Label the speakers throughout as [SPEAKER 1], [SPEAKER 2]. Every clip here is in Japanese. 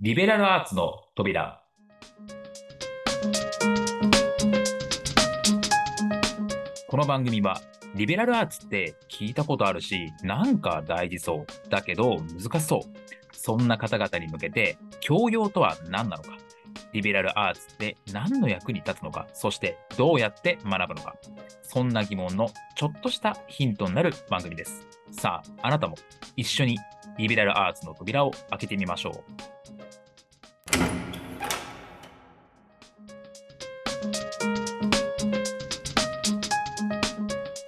[SPEAKER 1] リベラルアーツの扉。この番組は、リベラルアーツって聞いたことあるし、なんか大事そう。だけど難しそう。そんな方々に向けて、教養とは何なのか。リベラルアーツって何の役に立つのか。そして、どうやって学ぶのか。そんな疑問のちょっとしたヒントになる番組です。さあ、あなたも一緒にリベラルアーツの扉を開けてみましょう。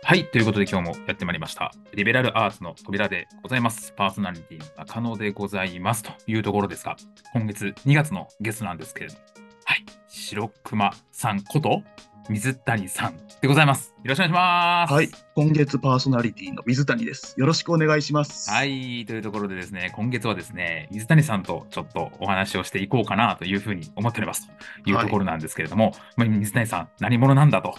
[SPEAKER 1] はい。ということで今日もやってまいりました。リベラルアーツの扉でございます。パーソナリティの中野でございます。というところですが、今月2月のゲストなんですけれども、はい。白熊さんこと水谷さんでございます。よろしくお願いします。
[SPEAKER 2] はい、今月パーソナリティの水谷です。よろしくお願いします。
[SPEAKER 1] は、い、というところでですね、今月はですね、水谷さんとちょっとお話をしていこうかなというふうに思っておりますというところなんですけれども、まあ水谷さん、何者なんだと、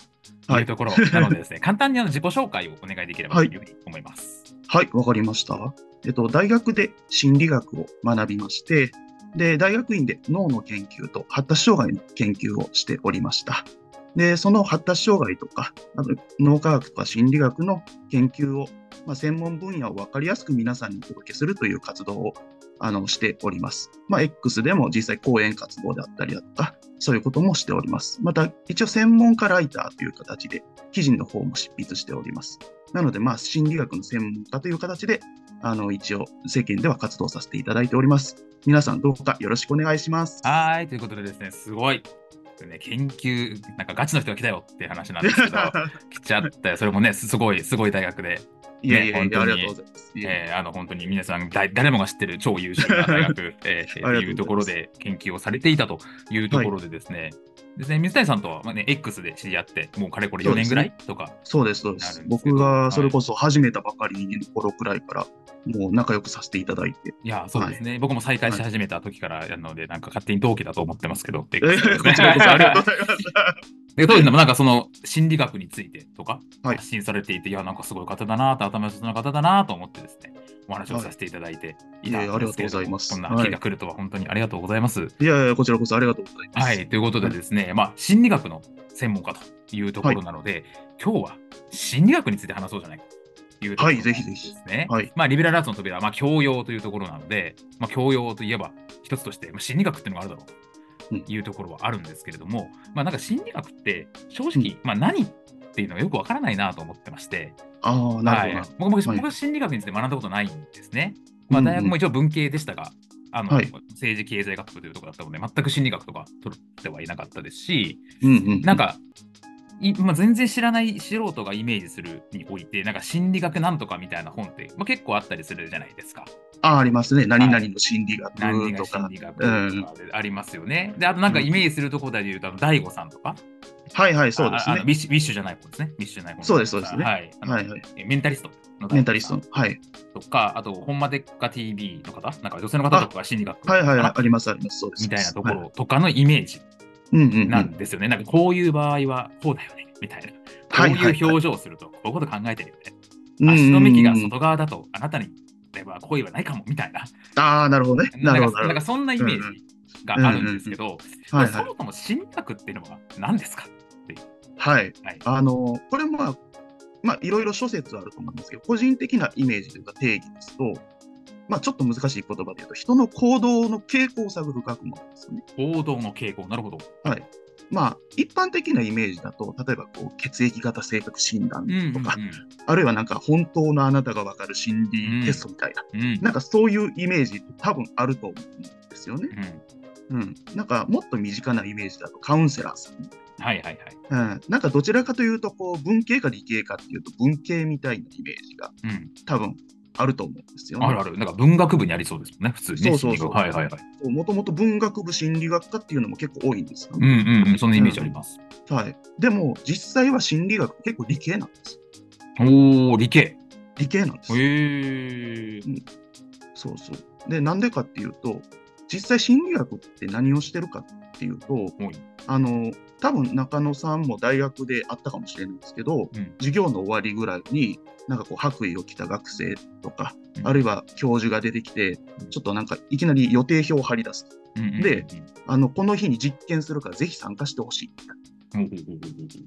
[SPEAKER 2] はいいう
[SPEAKER 1] ところなので ですね、簡単にあの自己紹介をお願いできればと
[SPEAKER 2] はい
[SPEAKER 1] いうふうに思います。
[SPEAKER 2] はい、わかりました。えっと、大学で心理学を学びまして、で、大学院で脳の研究と発達障害の研究をしておりました。で、その発達障害とか、あと脳科学とか心理学の研究を、まあ、専門分野を分かりやすく皆さんにお届けするという活動をあのしております。まあ、X でも実際講演活動であったりだとか、そういうこともしております。また、一応専門家ライターという形で記事の方も執筆しております。なので、まあ、心理学の専門家という形で、あの、一応、世間では活動させていただいております。皆さん、どうかよろしくお願いします。
[SPEAKER 1] はーい、ということでですね、すごい。ね、研究、なんかガチの人が来たよっていう話なん ですけど、来ちゃったよ。それもね、すすごい、すごい大学で、
[SPEAKER 2] いやいや
[SPEAKER 1] 本
[SPEAKER 2] い
[SPEAKER 1] 当に
[SPEAKER 2] や、ありがとうございます。いやいや
[SPEAKER 1] えーあの本当に皆さんだ誰もが知ってる超優秀な大学、えー、
[SPEAKER 2] ありがとうございます
[SPEAKER 1] というところで研究をされていたというところでですね、ですね水谷さんとは、まあね、X で知り合って、もうかれこれ4年ぐらいとか、
[SPEAKER 2] そうです、そうです
[SPEAKER 1] なるんですけど
[SPEAKER 2] 僕がそれこそ始めたばかりの頃くらいから、もう仲良くさせていただいて。
[SPEAKER 1] い、や、そうですね、僕も再開し始めた時からなので、なんか勝手に同期だと思ってますけど、
[SPEAKER 2] え
[SPEAKER 1] X で
[SPEAKER 2] ー
[SPEAKER 1] す
[SPEAKER 2] こ
[SPEAKER 1] ね
[SPEAKER 2] ちらこそありがとうございます。
[SPEAKER 1] で当時のなんかその心理学についてとか
[SPEAKER 2] はい
[SPEAKER 1] 発信されていて、い、や、なんかすごい方だなと、頭の人の方だなと思ってですね、お話をさせていただいていた
[SPEAKER 2] はいいやいや
[SPEAKER 1] んですけれども
[SPEAKER 2] ありがとうございます
[SPEAKER 1] こんな日が来るとは本当にありがとうございます。
[SPEAKER 2] いやいや、こちらこそありがとうございます。
[SPEAKER 1] はい、ということでですね、まあ、心理学の専門家というところなので、今日は心理学について話そうじゃないかというところ
[SPEAKER 2] はいぜひぜひ
[SPEAKER 1] ですね。
[SPEAKER 2] はい
[SPEAKER 1] まあ、リベラルアーツの扉は、まあ、教養というところなので、まあ、教養といえば一つとして、まあ、心理学っていうのがあるだろうというところはあるんですけれども、まあ、なんか心理学って正直、まあ、何っていうのがよくわからないなと思ってまして、
[SPEAKER 2] ああ、なるほどなるほど。
[SPEAKER 1] はい、僕僕
[SPEAKER 2] はい
[SPEAKER 1] 僕は心理学について学んだことないんですね。まあ、
[SPEAKER 2] うんうん
[SPEAKER 1] 大学も一応文系でしたが、あの
[SPEAKER 2] はい
[SPEAKER 1] 政治経済学部というところだったので、全く心理学とか取ってはいなかったですし、
[SPEAKER 2] うんうん。
[SPEAKER 1] なんか、いまあ、全然知らない素人がイメージするにおいて、なんか心理学なんとかみたいな本って、まあ、結構あったりするじゃないですか。
[SPEAKER 2] ああ、ありますね。何々の心理
[SPEAKER 1] 何
[SPEAKER 2] 学
[SPEAKER 1] が
[SPEAKER 2] と
[SPEAKER 1] 心
[SPEAKER 2] か。
[SPEAKER 1] 理学とかでありますよね。で、あとなんかイメージするところで言うと、あの大悟さんとか、
[SPEAKER 2] はいはい、そうで
[SPEAKER 1] あ
[SPEAKER 2] す
[SPEAKER 1] あのウ
[SPEAKER 2] ね。
[SPEAKER 1] ィッシュウィッシュじゃない方ですね。ウィッシュじゃない方
[SPEAKER 2] そうですそうですね
[SPEAKER 1] はい。あの
[SPEAKER 2] はいはい。
[SPEAKER 1] メンタリストの大悟さん
[SPEAKER 2] メンタリストの。はい。
[SPEAKER 1] とか、あと、ほんまでっか TV の方、なんか女性の方とかが心理学とか
[SPEAKER 2] はいはい、ありますあります。そうです。
[SPEAKER 1] みたいなとこ
[SPEAKER 2] はい。
[SPEAKER 1] ろとかのイメージ
[SPEAKER 2] うんうんうん。
[SPEAKER 1] なんですよね。なんかこういう場合はこうだよね、みたいな。こ
[SPEAKER 2] は
[SPEAKER 1] う
[SPEAKER 2] いはいはい
[SPEAKER 1] いう表情をすると、こういうこと考えてるよね。
[SPEAKER 2] うんうんうん
[SPEAKER 1] 足の幹が外側だと、あなたに例えば恋はないかも、みたいな。
[SPEAKER 2] ああ、なるほどね。なるほど。
[SPEAKER 1] んかなん
[SPEAKER 2] なる
[SPEAKER 1] か
[SPEAKER 2] ほ
[SPEAKER 1] そんなイメージがあるんですけど、
[SPEAKER 2] どはいは
[SPEAKER 1] そ
[SPEAKER 2] い。
[SPEAKER 1] もそも心理学っていうのは何ですか
[SPEAKER 2] はい。
[SPEAKER 1] はい。
[SPEAKER 2] あの、これもまあ、まあ、いろいろ諸説あると思うんですけど、個人的なイメージというか定義ですと、まあ、ちょっと難しい言葉で言うと、人の行動の傾向を探る学問なんですよね。
[SPEAKER 1] 行動の傾向、なるほど。
[SPEAKER 2] はい。まあ、一般的なイメージだと、例えばこう血液型性格診断
[SPEAKER 1] うんうん
[SPEAKER 2] と
[SPEAKER 1] うん
[SPEAKER 2] か、あるいはなんか本当のあなたがわかる心理テストみたいな、
[SPEAKER 1] うんうん
[SPEAKER 2] なんかそういうイメージ多分あると思うんですよね。うん。なんかもっと身近なイメージだとカウンセラーさん。
[SPEAKER 1] はいはいはい。
[SPEAKER 2] うん。なんかどちらかというと、こう文系か理系かっていうと文系みたいなイメージが
[SPEAKER 1] うん。
[SPEAKER 2] 多分あると思うんですよね。
[SPEAKER 1] あるある。なんか文学部にありそうですもんね、普通にね。
[SPEAKER 2] そうそうそう
[SPEAKER 1] 心理学はいはいはい。
[SPEAKER 2] もともと文学部心理学科っていうのも結構多いんですよ
[SPEAKER 1] う
[SPEAKER 2] ね。
[SPEAKER 1] んうんうん、そのイメージあります。
[SPEAKER 2] はい。でも実際は心理学結構理系なんです。
[SPEAKER 1] おー、理系。
[SPEAKER 2] 理系なんです
[SPEAKER 1] へ
[SPEAKER 2] よ。
[SPEAKER 1] ー。
[SPEAKER 2] そうそう。で、なんでかっていうと、実際心理学って何をしてるかっていうと、
[SPEAKER 1] い
[SPEAKER 2] あの、多分中野さんも大学であったかもしれないんですけど、
[SPEAKER 1] うん
[SPEAKER 2] 授業の終わりぐらいに、なんかこう、白衣を着た学生とか、
[SPEAKER 1] うん
[SPEAKER 2] あるいは教授が出てきて、ちょっとなんかいきなり予定表を貼り出す。であのこの日に実験するからぜひ参加してほしい
[SPEAKER 1] うんうん
[SPEAKER 2] っ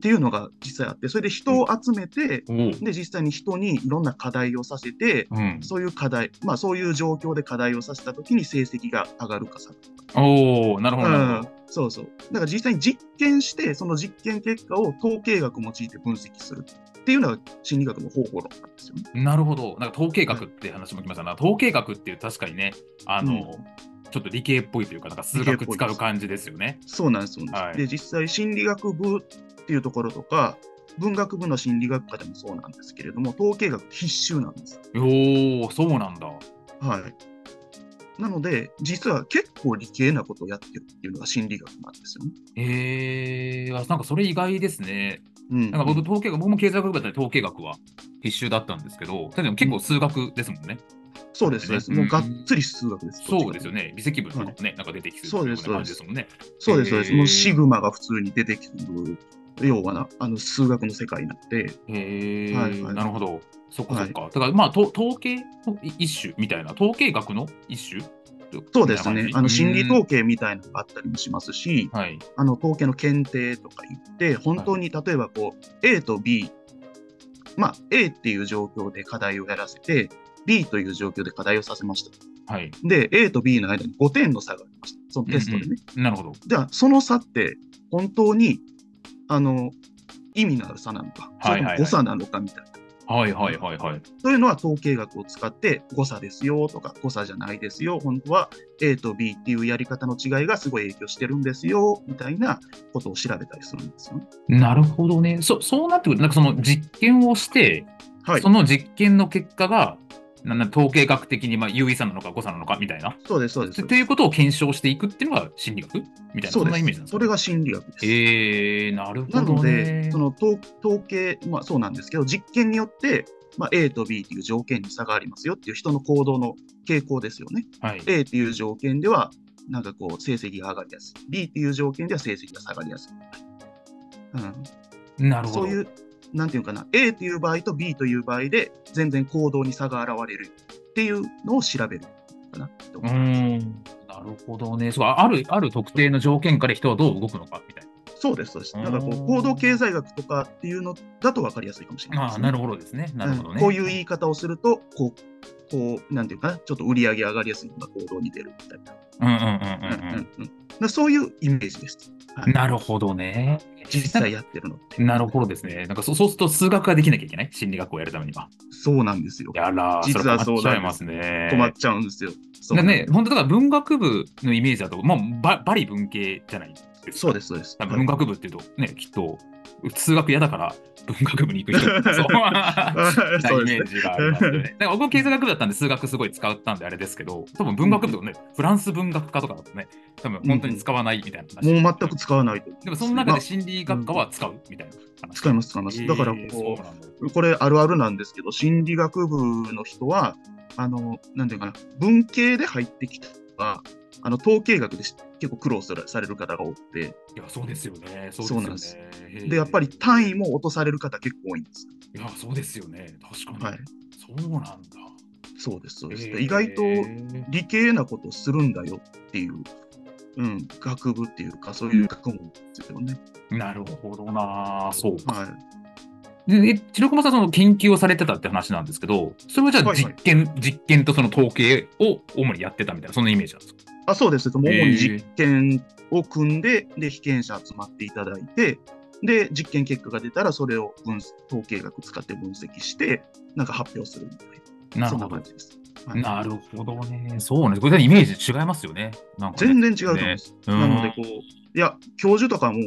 [SPEAKER 2] ていうのが実際あってそれで人を集めて、
[SPEAKER 1] うんうん、
[SPEAKER 2] で実際に人にいろんな課題をさせて
[SPEAKER 1] おうん、
[SPEAKER 2] そういう課題、まあ、そういう状況で課題をさせた時に成績が上がるかさ
[SPEAKER 1] おーなるほどなる
[SPEAKER 2] う
[SPEAKER 1] ほ
[SPEAKER 2] ん、そうそう。だから実際に実験して、その実験結果を統計学を用いて分析するっていうのが心理学の方法論なんですよね。
[SPEAKER 1] ど。なるほど。なんか統計学って話もきましたな。統計学っていう確かにね、あの、ちょっと理系っぽいというか、なんか数学使う感じですよね。
[SPEAKER 2] そうなんです、そうなんです。
[SPEAKER 1] はい
[SPEAKER 2] で、実際心理学部っていうところとか、文学部の心理学科でもそうなんですけれども、統計学必修なんです。
[SPEAKER 1] おーそうなんだ。
[SPEAKER 2] はい。なので、実は結構理系なことをやってるっていうのが心理学なんですよね。
[SPEAKER 1] えー、あなんかそれ意外ですね。
[SPEAKER 2] うん。
[SPEAKER 1] なんか僕、統計学、僕も経済学部だったり統計学は必修だったんですけど、でも結構数学ですもんね。
[SPEAKER 2] そうです、そうです。
[SPEAKER 1] うん
[SPEAKER 2] もうがっつり数学です。
[SPEAKER 1] そうですよ
[SPEAKER 2] ね。
[SPEAKER 1] ね。微積分とかもね、なんか出てきそ
[SPEAKER 2] そうう
[SPEAKER 1] な
[SPEAKER 2] です
[SPEAKER 1] 感じですもんね。
[SPEAKER 2] そうです、そう
[SPEAKER 1] へ
[SPEAKER 2] です。
[SPEAKER 1] ー
[SPEAKER 2] もうシグマが普通に出てくる、要はな、あの数学の世界なんで、
[SPEAKER 1] へえ、
[SPEAKER 2] はいはい
[SPEAKER 1] なるほど。そっかそっか。だからまあ、と統計の一種みたいな、統計学の一種
[SPEAKER 2] そうですね。あの心理
[SPEAKER 1] と
[SPEAKER 2] 統計みたいなのがあったりもしますし、
[SPEAKER 1] はい。
[SPEAKER 2] あの統計の検定とか言って、本当に例えばこう、A と B、まあ A っていう状況で課題をやらせて、B という状況で課題をさせました。
[SPEAKER 1] はい。
[SPEAKER 2] で、A と B の間に5点の差がありました。そのテストでね。
[SPEAKER 1] うんなるほど。
[SPEAKER 2] じゃあ、その差って本当に、あの、意味のある差なのか、それとも誤差なのかみたいな。
[SPEAKER 1] はいはいはいはい。
[SPEAKER 2] そういうのは統計学を使って誤差ですよとか誤差じゃないですよ、本当は A と B っていうやり方の違いがすごい影響してるんですよみたいなことを調べたりするんですよね。
[SPEAKER 1] なるほどね。そそうなってくると、なんかその実験をして、
[SPEAKER 2] はい
[SPEAKER 1] そ、の実験の結果が、なんなん統計学的にまあ有意差なのか誤差なのかみたいな。
[SPEAKER 2] そうです、そうです。
[SPEAKER 1] っていうことを検証していくっていうのが心理学みたいな、
[SPEAKER 2] そ
[SPEAKER 1] そ
[SPEAKER 2] うん
[SPEAKER 1] なイメー
[SPEAKER 2] で
[SPEAKER 1] ジなんで
[SPEAKER 2] す。
[SPEAKER 1] す
[SPEAKER 2] そ
[SPEAKER 1] か
[SPEAKER 2] れが心理学です。
[SPEAKER 1] えー、なるほ
[SPEAKER 2] なの
[SPEAKER 1] ど
[SPEAKER 2] で
[SPEAKER 1] ね。、
[SPEAKER 2] その統統計、まあそうなんですけど、実験によって、まあ、A と B っていう条件に差がありますよっていう人の行動の傾向ですよね。
[SPEAKER 1] はい。
[SPEAKER 2] A っていう条件では、なんかこう、成績が上がりやすい。B っていう条件では成績が下がりやすい。うん、
[SPEAKER 1] なるほど。
[SPEAKER 2] そういう、なんていうかな、A という場合と B という場合で、全然行動に差が現れるっていうのを調べるかな
[SPEAKER 1] う
[SPEAKER 2] と思います
[SPEAKER 1] ーんなるほどね。そうああるある特定の条件から人はどう動くのかみたい
[SPEAKER 2] そうです、そうです。
[SPEAKER 1] うん
[SPEAKER 2] なんかこう、行動経済学とかっていうのだと分かりやすいかもしれ
[SPEAKER 1] な。
[SPEAKER 2] ない
[SPEAKER 1] あ
[SPEAKER 2] で
[SPEAKER 1] あ、
[SPEAKER 2] す、
[SPEAKER 1] なるほどですね。なるほど
[SPEAKER 2] うん
[SPEAKER 1] ね。
[SPEAKER 2] こういう言い方をすると、こう、こうなんていうかな、ちょっと売り上げ上がりやすいような行動に出るみたいな。
[SPEAKER 1] うんうん
[SPEAKER 2] うん
[SPEAKER 1] うん
[SPEAKER 2] うん
[SPEAKER 1] う
[SPEAKER 2] うんんだからそういうイメージです。は
[SPEAKER 1] うん。
[SPEAKER 2] い、
[SPEAKER 1] なるほどね。
[SPEAKER 2] 実際やってるのって。
[SPEAKER 1] なるほどですね。なんかそそうすると数学ができなきゃいけない心理学をやるためには。
[SPEAKER 2] そうなんですよ。
[SPEAKER 1] やらー、
[SPEAKER 2] 実は
[SPEAKER 1] それ困っちゃい
[SPEAKER 2] そうなん
[SPEAKER 1] ま
[SPEAKER 2] です
[SPEAKER 1] すね。
[SPEAKER 2] 止まっちゃうんですよ。そう
[SPEAKER 1] だからね、本当だから文学部のイメージだと、まあ、ばバリ文系じゃないですか。。
[SPEAKER 2] そうですす、そうです。
[SPEAKER 1] 文学部っていうと、ね、きっと、数学嫌だから文学部に行く人そう
[SPEAKER 2] はい
[SPEAKER 1] な
[SPEAKER 2] そ
[SPEAKER 1] イ
[SPEAKER 2] うです
[SPEAKER 1] メージ
[SPEAKER 2] ね
[SPEAKER 1] があり ますよね。なんか僕も経済学部だったんで数学すごい使ったんであれですけど、多分文学部とかね、フランス文学科とかだとね、多分本当に使わないみたいな話。
[SPEAKER 2] もう全く使わないと思います。
[SPEAKER 1] でもその中で心理学科は使うみたいな話。
[SPEAKER 2] 使います、使います。だから
[SPEAKER 1] えー
[SPEAKER 2] こ
[SPEAKER 1] そうなんだ
[SPEAKER 2] う、これあるあるなんですけど、心理学部の人は、あの、なんていうかな、文系で入ってきたら、あの統計学でし結構苦労するされる方が多くて、
[SPEAKER 1] いや、そうですよね。そう
[SPEAKER 2] そうなん
[SPEAKER 1] で
[SPEAKER 2] ですす
[SPEAKER 1] よね。
[SPEAKER 2] で、やっぱり単位
[SPEAKER 1] も。
[SPEAKER 2] も落とされる方結構多いんです。
[SPEAKER 1] いや、そうですよね。確か
[SPEAKER 2] は
[SPEAKER 1] に
[SPEAKER 2] い。。
[SPEAKER 1] そうなんだ。
[SPEAKER 2] そうです、そうです。
[SPEAKER 1] えー
[SPEAKER 2] 意外と理系なことするんだよっていう、うん、学部っていうか、そういう学問ですよね。
[SPEAKER 1] なるほどなあ、そうか。
[SPEAKER 2] はい。
[SPEAKER 1] でえ、白駒さん、その研究をされてたって話なんですけど、それはじゃあ
[SPEAKER 2] はい
[SPEAKER 1] 実
[SPEAKER 2] はい
[SPEAKER 1] 験、実験とその統計を主にやってたみたいな、そんなイメージなんですか
[SPEAKER 2] あそうです、もう
[SPEAKER 1] えー
[SPEAKER 2] 主に実験を組んで、で被験者集まっていただいて、で実験結果が出たら、それを分統計学使って分析して、なんか発表するみたいな、
[SPEAKER 1] なる
[SPEAKER 2] そんな
[SPEAKER 1] ほ
[SPEAKER 2] 感
[SPEAKER 1] ど。
[SPEAKER 2] じです。はい
[SPEAKER 1] なるほどね。そうね。これイメージ違いますよね。なんかね、
[SPEAKER 2] 全然違うと思います。
[SPEAKER 1] うん
[SPEAKER 2] なのでこう、いや、教授とかも、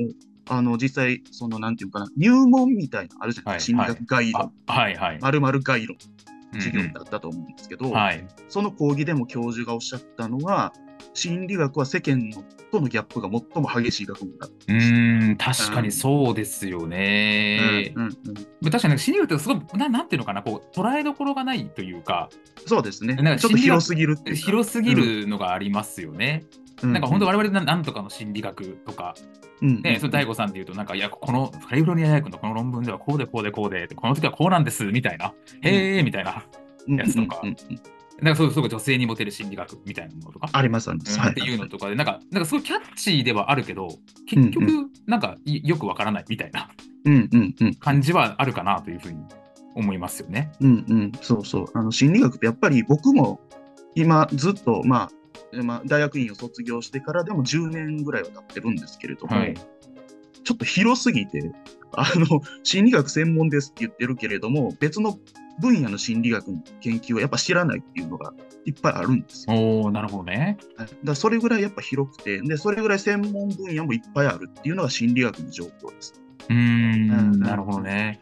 [SPEAKER 2] あの実際、そのなんていうかな、入門みたいなのあるじゃないですか、
[SPEAKER 1] はい
[SPEAKER 2] 心理学概論、
[SPEAKER 1] あはいはい。
[SPEAKER 2] まるまる概
[SPEAKER 1] う
[SPEAKER 2] 論、
[SPEAKER 1] んうん
[SPEAKER 2] 授業だったと思うんですけど、
[SPEAKER 1] はい。
[SPEAKER 2] その講義でも教授がおっしゃったのは、心理学は世間のとのギャップが最も激しい学問だ。
[SPEAKER 1] うーん、確かにそうですよね。
[SPEAKER 2] うんうんうん
[SPEAKER 1] 確かに心理学ってすごい、ななんていうのかな、こう、捉えどころがないというか、
[SPEAKER 2] そうですね。
[SPEAKER 1] なんか
[SPEAKER 2] ちょっと広すぎるっていうか。
[SPEAKER 1] 広すぎるのがありますよね。
[SPEAKER 2] う
[SPEAKER 1] なんか本当我々ななんとかの心理学とか、
[SPEAKER 2] うん
[SPEAKER 1] ね、それ大悟さんで言うと、なんか、いや、このカリフォルニア大学のこの論文ではこうでこうでこうで、この時はこうなんです、みたいな、へえ、みたいな。やつとか
[SPEAKER 2] うんうん
[SPEAKER 1] なんかそうそう女性にモテる心理学みたいなものとか。
[SPEAKER 2] あります、あります。
[SPEAKER 1] うんっていうのとかで、なんか、なんかすごいキャッチーではあるけど、結
[SPEAKER 2] うん
[SPEAKER 1] 局、なんかいよくわからないみたいな
[SPEAKER 2] うんうんうん
[SPEAKER 1] 感じはあるかなというふうに思いますよね。
[SPEAKER 2] うんうんそうそうあの心理学ってやっぱり僕も今ずっとまあ、まあ、大学院を卒業してからでも10年ぐらいは経ってるんですけれども、
[SPEAKER 1] はい
[SPEAKER 2] ちょっと広すぎてあの心理学専門ですって言ってるけれども別の分野の心理学の研究をやっぱ知らないっていうのがいっぱいあるんですよ。
[SPEAKER 1] おおなるほどね。
[SPEAKER 2] はいだからそれぐらいやっぱ広くてでそれぐらい専門分野もいっぱいあるっていうのが心理学の状況です。
[SPEAKER 1] うーん、
[SPEAKER 2] うん
[SPEAKER 1] なるほどね。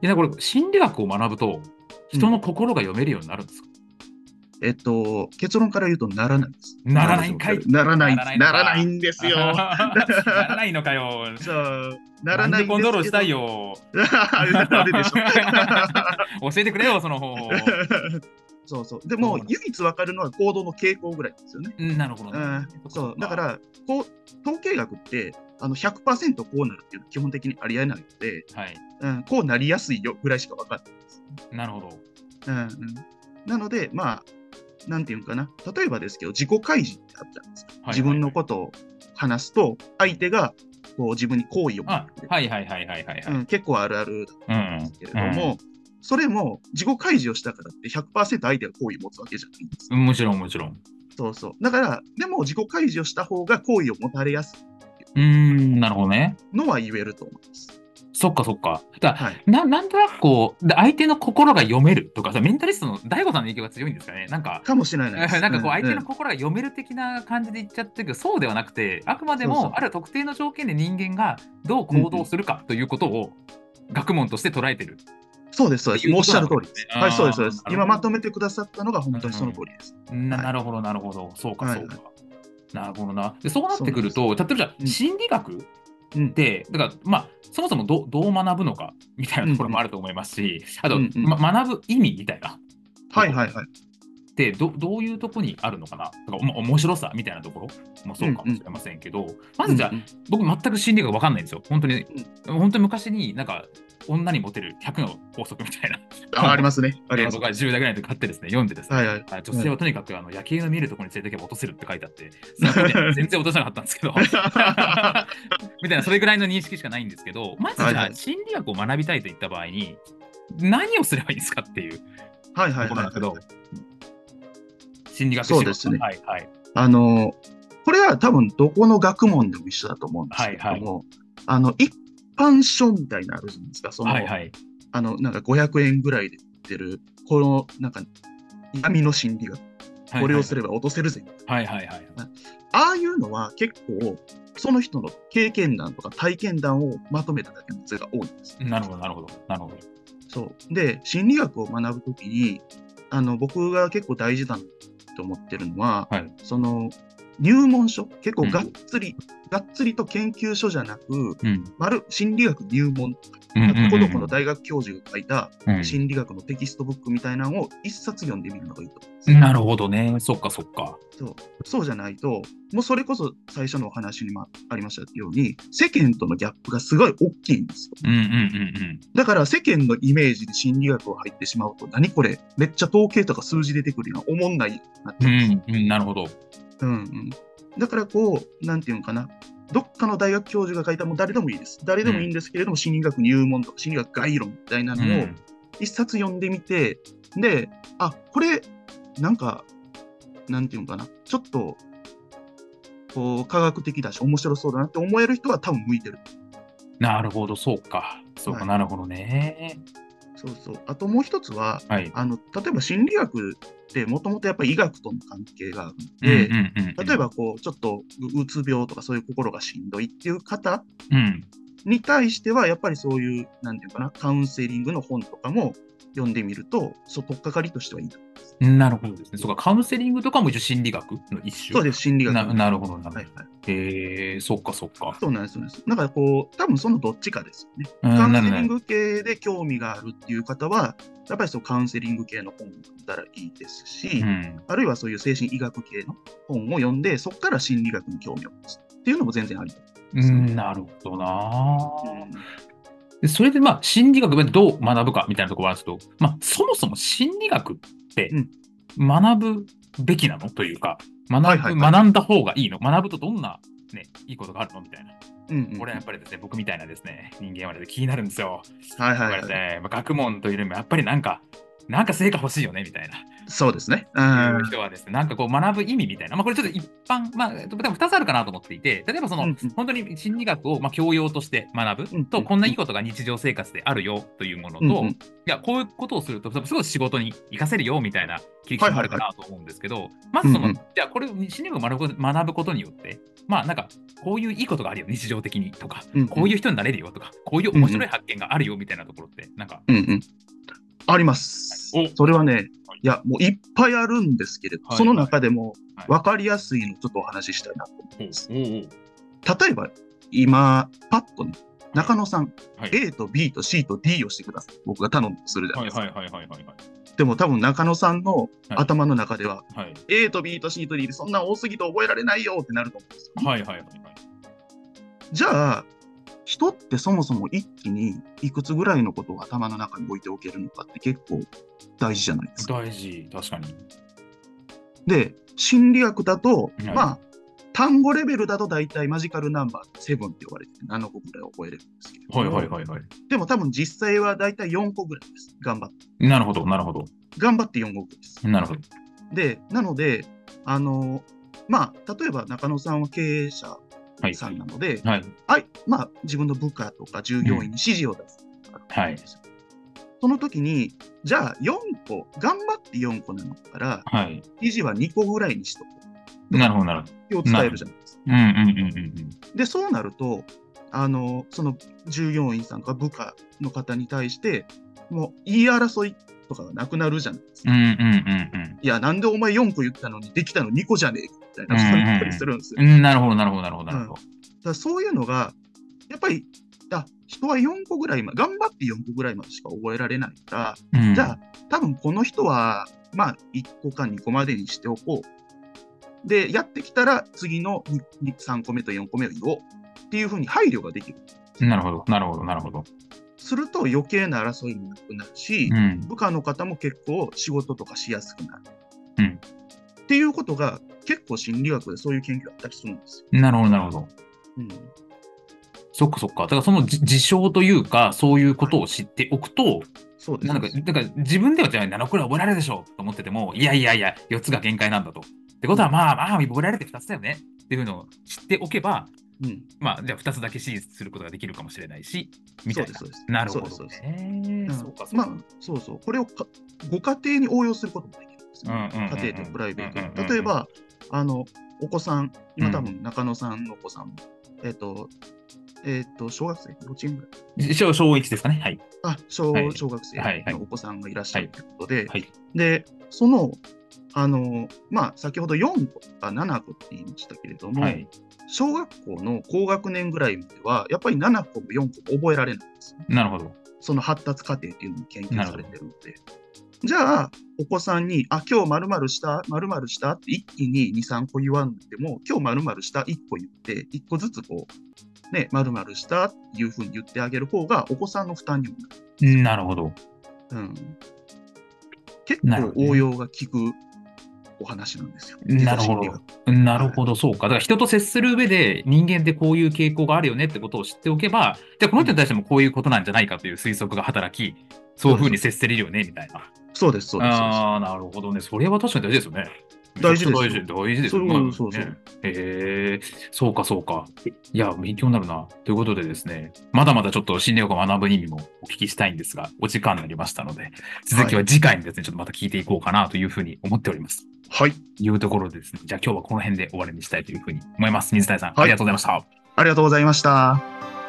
[SPEAKER 1] で、なんかこれ、心理学を学ぶと、人の心が読めるようになるんですか、
[SPEAKER 2] えっと、結論から言うとならないです。
[SPEAKER 1] ならないんかい
[SPEAKER 2] ならない
[SPEAKER 1] ならないのか
[SPEAKER 2] ならないん ですよ。
[SPEAKER 1] ならないのかよ。
[SPEAKER 2] そう、なら
[SPEAKER 1] ん
[SPEAKER 2] ないんですけ
[SPEAKER 1] でコ
[SPEAKER 2] ど
[SPEAKER 1] ントロールしたい。よ。
[SPEAKER 2] あれ でしょ。
[SPEAKER 1] 教えてくれよ、その方 法。
[SPEAKER 2] そうそう。でも、唯一わかるのは行動の傾向ぐらいですよね。
[SPEAKER 1] うんなるほどね
[SPEAKER 2] うん。、そう。だか
[SPEAKER 1] まあ、
[SPEAKER 2] ら、こう、統計学って、あの100%こうなるっていうのは基本的にありえないので、
[SPEAKER 1] はい。
[SPEAKER 2] うん、こうなりやすいよぐらいしかわかんないです。
[SPEAKER 1] なるほど。
[SPEAKER 2] うんうん、なので、まあ、なんていうのかな、例えばですけど、自己開示ってあったんですか、
[SPEAKER 1] はい
[SPEAKER 2] 自分のことを話すと、相手がこう自分に好意を持
[SPEAKER 1] あ
[SPEAKER 2] って、
[SPEAKER 1] はいはいはいはいはい。は
[SPEAKER 2] う
[SPEAKER 1] い
[SPEAKER 2] ん、結構あるある
[SPEAKER 1] うん
[SPEAKER 2] なんですけれども、それも自己開示をしたからって100%相手が好意を持つわけじゃないんです。
[SPEAKER 1] うんもちろんもちろん。
[SPEAKER 2] そうそう。だから、でも自己開示をした方が好意を持たれやす
[SPEAKER 1] うーん、なるほどね。
[SPEAKER 2] いのは言えると思います。
[SPEAKER 1] そっかそっか。だから
[SPEAKER 2] はい。
[SPEAKER 1] ななんとなくこう、で相手の心が読めるとかさ、メンタリストの大悟さんの影響が強いんですかね。なんか、
[SPEAKER 2] かもしれないです。
[SPEAKER 1] なんかこう、相手
[SPEAKER 2] うん
[SPEAKER 1] の心が読める的な感じで言っちゃってるけど、そうではなくて、あくまで
[SPEAKER 2] そうそう
[SPEAKER 1] もある特定の条件で人間がどう行動するかということを学問として捉えてる。
[SPEAKER 2] そうです、そうです。もうおっしゃる通りです。
[SPEAKER 1] あー
[SPEAKER 2] はい、そうです、そうです
[SPEAKER 1] な。るほど
[SPEAKER 2] 今まとめてくださったのが本当にその通りです。
[SPEAKER 1] な
[SPEAKER 2] はい
[SPEAKER 1] なるほど、なるほど。そうか、
[SPEAKER 2] はい
[SPEAKER 1] そうか。なるほどな。で、そうなってくると、例えばじゃ
[SPEAKER 2] う
[SPEAKER 1] あ、
[SPEAKER 2] ん
[SPEAKER 1] 心理学っ
[SPEAKER 2] うん
[SPEAKER 1] て、だから、まあ、そもそもどどう学ぶのかみたいなところもあると思いますし、あと、
[SPEAKER 2] うんうん
[SPEAKER 1] ま学ぶ意味みたいな。
[SPEAKER 2] はいはいはい。
[SPEAKER 1] ってどどういうとこにあるのかなとかおも面白さみたいなところもそうかもしれませんけど、まずじゃあ、
[SPEAKER 2] うんうん
[SPEAKER 1] 僕全く心理学わかんないんですよ本当に、本当に昔になんか女にモテる100の法則みたいな
[SPEAKER 2] あありますね。あります
[SPEAKER 1] 僕。が10代ぐらいの時買ってですね読んでですね、
[SPEAKER 2] はいはい。
[SPEAKER 1] あ女性はとにかくあの夜景の見えるところに連れてけば落とせるって書いてあって、その時は全然落とせなかったんですけど みたいなそれぐらいの認識しかないんですけどまずじ
[SPEAKER 2] はい
[SPEAKER 1] ゃ
[SPEAKER 2] は
[SPEAKER 1] あ
[SPEAKER 2] い
[SPEAKER 1] 心理学を学びたいといった場合に何をすればいいんですかっていう
[SPEAKER 2] はいはい
[SPEAKER 1] ところなん
[SPEAKER 2] は
[SPEAKER 1] ですけ
[SPEAKER 2] い
[SPEAKER 1] ど、。心理学
[SPEAKER 2] そうですね
[SPEAKER 1] はいはい。
[SPEAKER 2] あの、これは多分どこの学問でも一緒だと思うんですけれども、
[SPEAKER 1] はい
[SPEAKER 2] あの、一般書みたいなのあるじゃないですか。その、
[SPEAKER 1] はいはい。
[SPEAKER 2] あの、なんか500円ぐらいで売ってる、この、なんか、闇の心理学、これをすれば落とせるぜ。
[SPEAKER 1] はいはいはい。
[SPEAKER 2] ああいうのは結構、その人の経験談とか体験談をまとめただけのやつが多いんです。
[SPEAKER 1] なるほどなるほど。なるほど。
[SPEAKER 2] そう。で、心理学を学ぶときに、あの、僕が結構大事だなと思ってるのは、
[SPEAKER 1] はい
[SPEAKER 2] その、入門書、結構
[SPEAKER 1] うん
[SPEAKER 2] がっつり、がっつりと研究書じゃなく、
[SPEAKER 1] うん。
[SPEAKER 2] まる心理学入門とか、
[SPEAKER 1] うんうんうんうん
[SPEAKER 2] どこの大学教授が書いた
[SPEAKER 1] うん
[SPEAKER 2] 心理学のテキストブックみたいなのを一冊読んでみるのがいいと思います。
[SPEAKER 1] なるほどね。そっかそっか。
[SPEAKER 2] そうそうじゃないと、もうそれこそ最初のお話にもありましたように、世間とのギャップがすごい大きいんですよ。
[SPEAKER 1] うんうんうん
[SPEAKER 2] だから世間のイメージに心理学を入ってしまうと、何これ、めっちゃ統計とか数字出てくるような、おもんないなって
[SPEAKER 1] う
[SPEAKER 2] ま
[SPEAKER 1] ん。うんうん。なるほど。
[SPEAKER 2] すうんうん。だからこう、なんていうのかな、どっかの大学教授が書いたもう誰でもいいです。誰でもいいんですけれども、心理学入門とか心理学概論みたいな
[SPEAKER 1] う
[SPEAKER 2] のを
[SPEAKER 1] ん。
[SPEAKER 2] 一冊読んでみて、で、あ、これ、なんか、なんていうのかな、ちょっと、こう、科学的だし、面白そうだなって思える人は多分向いてる。
[SPEAKER 1] なるほど、そうか。そう
[SPEAKER 2] は
[SPEAKER 1] か、
[SPEAKER 2] い
[SPEAKER 1] なるほどね。
[SPEAKER 2] そうそう。あともう一つは、
[SPEAKER 1] はい。
[SPEAKER 2] あの例えば心理学ってもともとやっぱり医学との関係がある
[SPEAKER 1] うん
[SPEAKER 2] ので、
[SPEAKER 1] うんうんうん
[SPEAKER 2] 例えばこうちょっとううつ病とかそういう心がしんどいっていう方
[SPEAKER 1] うん。
[SPEAKER 2] に対してはやっぱりそういうなんていうかなカウンセリングの本とかも読んでみるとそう取っかかりとしてはいいと
[SPEAKER 1] なるほどですね。そうか、カウンセリングとかも一応心理学の一種。
[SPEAKER 2] そうです心理学
[SPEAKER 1] ななるほど、な
[SPEAKER 2] はい
[SPEAKER 1] るほ
[SPEAKER 2] はい、
[SPEAKER 1] ど。へえ、そっかそっか。
[SPEAKER 2] そうなんですそうなんですだからこう多分そのどっちかですよね
[SPEAKER 1] うん
[SPEAKER 2] カウン
[SPEAKER 1] な
[SPEAKER 2] セ
[SPEAKER 1] る
[SPEAKER 2] リ
[SPEAKER 1] ほ
[SPEAKER 2] ン
[SPEAKER 1] ど
[SPEAKER 2] グ系で興味があるっていう方はやっぱりそうカウンセリング系の本を読んだらいいですし、
[SPEAKER 1] うん。
[SPEAKER 2] あるいはそういう精神医学系の本を読んで、そこから心理学に興味を持つっていうのも全然ありだ
[SPEAKER 1] うんなるほどな
[SPEAKER 2] と
[SPEAKER 1] ー
[SPEAKER 2] 思い。ます。
[SPEAKER 1] でそれでまあ心理学でどう学ぶかみたいなところはちょっと、まあ、そもそも心理学って
[SPEAKER 2] うん
[SPEAKER 1] 学ぶべきなのというか、学ぶ,、
[SPEAKER 2] はいはいはい
[SPEAKER 1] 学んだ方がいいの学ぶとどんな、ね、いいことがあるのみたいな。
[SPEAKER 2] うんうん、
[SPEAKER 1] これはやっぱりですね、僕みたいなですね、人間はですね気になるんですよ。
[SPEAKER 2] はい
[SPEAKER 1] だ
[SPEAKER 2] は
[SPEAKER 1] か
[SPEAKER 2] い
[SPEAKER 1] ら
[SPEAKER 2] はい。
[SPEAKER 1] ね、まあ学問というよりもやっぱりなんか、なんか成果欲しいよねみたいな。
[SPEAKER 2] そうですね。うん。
[SPEAKER 1] 人はですね、なんかこう学ぶ意味みたいな、まあ、これちょっと一般、まあ、でも2つあるかなと思っていて、例えばその、
[SPEAKER 2] うんうん
[SPEAKER 1] 本当に心理学をまあ教養として学
[SPEAKER 2] うんう
[SPEAKER 1] ぶ
[SPEAKER 2] んう
[SPEAKER 1] と、
[SPEAKER 2] ん
[SPEAKER 1] こんないいことが日常生活であるよというものと、
[SPEAKER 2] うんうん
[SPEAKER 1] いや、こういうことをすると、すごい仕事に活かせるよみたいな切り口もあるかなと思うんですけど、まずその、
[SPEAKER 2] うんうん
[SPEAKER 1] じゃあこれを心理学を学ぶこと学ぶことによって、まあなんか、こういういいことがあるよ、日常的にとか、
[SPEAKER 2] うんうん
[SPEAKER 1] こういう人になれるよとか、こういう面白い発見があるよみたいなところって、なんか、
[SPEAKER 2] うんうん。あります
[SPEAKER 1] お。
[SPEAKER 2] それはね
[SPEAKER 1] はい、
[SPEAKER 2] いや、もういっぱいあるんですけれど、
[SPEAKER 1] はい
[SPEAKER 2] その中でも
[SPEAKER 1] はい
[SPEAKER 2] 分かりやすいのちょっとお話ししたいなと思います。
[SPEAKER 1] おうおう
[SPEAKER 2] 例えば、今、パッとね、中野さん、
[SPEAKER 1] はい
[SPEAKER 2] A と B と C と D をしてください。僕が頼むとするじゃな
[SPEAKER 1] はいい
[SPEAKER 2] ですか。
[SPEAKER 1] はいはいはいはい
[SPEAKER 2] でも多分中野さんの頭の中では、
[SPEAKER 1] はい。
[SPEAKER 2] A と B と C と D でそんなん多すぎて覚えられないよってなると思うんですよ。
[SPEAKER 1] はいはいはいはい。
[SPEAKER 2] じゃあ、人ってそもそも一気にいくつぐらいのことを頭の中に置いておけるのかって結構大事じゃないですか。
[SPEAKER 1] 大事、確かに。
[SPEAKER 2] で、心理学だと、
[SPEAKER 1] い
[SPEAKER 2] まあ、単語レベルだと大体マジカルナンバーセブンって呼ばれてて7個ぐらい覚えれるんですけれども、
[SPEAKER 1] はいはい。
[SPEAKER 2] でも多分実際は大体4個ぐらいです。頑張って。
[SPEAKER 1] なるほど、なるほど。
[SPEAKER 2] 頑張って4個ぐらいです。
[SPEAKER 1] なるほど。
[SPEAKER 2] で、なので、あのまあ、例えば中野さんは経営者
[SPEAKER 1] はい。
[SPEAKER 2] さんなので、
[SPEAKER 1] はい。
[SPEAKER 2] はいまあ、自分の部下とか従業員に指示を出す、
[SPEAKER 1] はい。
[SPEAKER 2] その時に、じゃあ4個、頑張って4個なのから、
[SPEAKER 1] はい。
[SPEAKER 2] 指示は2個ぐらいにしとこ
[SPEAKER 1] なるほど、なるほど。
[SPEAKER 2] う。を伝えるじゃないですか。
[SPEAKER 1] うんうんうんうんうん。
[SPEAKER 2] で、そうなると、あの、その従業員さんとか部下の方に対して、もう言い争いとかがなくなるじゃないです
[SPEAKER 1] う
[SPEAKER 2] か。
[SPEAKER 1] んうん
[SPEAKER 2] いや、なんでお前4個言ったのにできたの2個じゃねえかみたいな
[SPEAKER 1] うんうんうん
[SPEAKER 2] ことだったりするんですよ。
[SPEAKER 1] うんうん。なるほど、なるほど、なるほど、なるほど。
[SPEAKER 2] だからそういうのが、やっぱり、あ人は4個ぐらいまで、頑張って4個ぐらいまでしか覚えられないから、
[SPEAKER 1] うん
[SPEAKER 2] じゃあ、多分この人は、まあ、1個か2個までにしておこう。で、やってきたら、次の3個目と4個目を言おう。っていうふうに配慮ができる。
[SPEAKER 1] なるほど、なるほど、なるほど。
[SPEAKER 2] すると余計な争いもなくなるし
[SPEAKER 1] う、ん。
[SPEAKER 2] 部下の方も結構仕事とかしやすくなる。
[SPEAKER 1] うん
[SPEAKER 2] っていうことが、結構心理学でそういう研究があったりするんですよ。
[SPEAKER 1] なるほど、なるほど。
[SPEAKER 2] うん、
[SPEAKER 1] そっかそっか。だからそのじ事象というか、そういうことを知っておくと、
[SPEAKER 2] そうです
[SPEAKER 1] なんか、だから自分ではじゃあ7くらい覚えられるでしょうと思ってても、いやいやいや、4つが限界なんだと。ってことは、まあまあ、覚えられて2つだよねっていうのを知っておけば、
[SPEAKER 2] うん、
[SPEAKER 1] まあ、じゃあ2つだけ指示することができるかもしれないし、みたいな。
[SPEAKER 2] そうですそうです
[SPEAKER 1] なるほ
[SPEAKER 2] そ
[SPEAKER 1] ど
[SPEAKER 2] うです
[SPEAKER 1] ね。
[SPEAKER 2] うん
[SPEAKER 1] そうか、そう
[SPEAKER 2] まあ
[SPEAKER 1] か。、
[SPEAKER 2] そうそう、これをかご家庭に応用することもできるんですよ、
[SPEAKER 1] うんうんうんうん
[SPEAKER 2] 家庭とプライベ
[SPEAKER 1] うんうん
[SPEAKER 2] ー
[SPEAKER 1] うんう
[SPEAKER 2] ト
[SPEAKER 1] ん
[SPEAKER 2] に。例えば、あのお子さん、
[SPEAKER 1] う
[SPEAKER 2] 今
[SPEAKER 1] ん
[SPEAKER 2] 多分中野さんのお子さんも、えっ、と、えっ、と、小学生、幼稚園ぐらい
[SPEAKER 1] 小小1ですかね。はい。
[SPEAKER 2] あ小、
[SPEAKER 1] はい
[SPEAKER 2] 小学生
[SPEAKER 1] はいはい
[SPEAKER 2] のお子さんがいらっしゃるということで、
[SPEAKER 1] はい。
[SPEAKER 2] で、その、あの、まあ、先ほど4個とか7個って言いましたけれども、
[SPEAKER 1] はい。
[SPEAKER 2] 小学校の高学年ぐらいまでは、やっぱり7個も4個も覚えられないんですよ
[SPEAKER 1] なるほど。
[SPEAKER 2] その発達過程っていうのも研
[SPEAKER 1] な
[SPEAKER 2] 究
[SPEAKER 1] る
[SPEAKER 2] さ
[SPEAKER 1] ほど
[SPEAKER 2] れてるので。じゃあ、お子さんに、あ、今日〇〇した、〇〇したって一気に2、3個言わんでも、今日〇〇した、1個言って、1個ずつこう、ね、〇〇したっていうふうに言ってあげる方が、お子さんの負担にも
[SPEAKER 1] なるほど。
[SPEAKER 2] なる。うん、結
[SPEAKER 1] なるほ
[SPEAKER 2] 構
[SPEAKER 1] どね
[SPEAKER 2] 応用が効くお話なんですよ。
[SPEAKER 1] なるほど
[SPEAKER 2] 実は心理学
[SPEAKER 1] なるほど、そうか。だから人と接する上で人間ってこういう傾向があるよねってことを知っておけば、じゃあこの人に対してもこういうことなんじゃないかという推測が働き、そういうふうに接せれるよね、みたいな。
[SPEAKER 2] そうです、そうです。そうです
[SPEAKER 1] ああ、なるほどね。それは確かに大事ですよね。
[SPEAKER 2] 大事ですよ
[SPEAKER 1] めちゃくちゃ大事大事ですよね。
[SPEAKER 2] そうそうそう
[SPEAKER 1] ねへえそうかそうか。いや、勉強になるな。ということでですね、まだまだちょっと心理学を学ぶ意味もお聞きしたいんですが、お時間になりましたので、続きは次回にですね、ちょっとまた聞いていこうかなというふうに思っております。
[SPEAKER 2] はい、
[SPEAKER 1] いうところでですね、じゃあ今日はこの辺で終わりにしたいというふうに思います。水谷さん、
[SPEAKER 2] い
[SPEAKER 1] ありがとうございました。
[SPEAKER 2] ありがとうございました。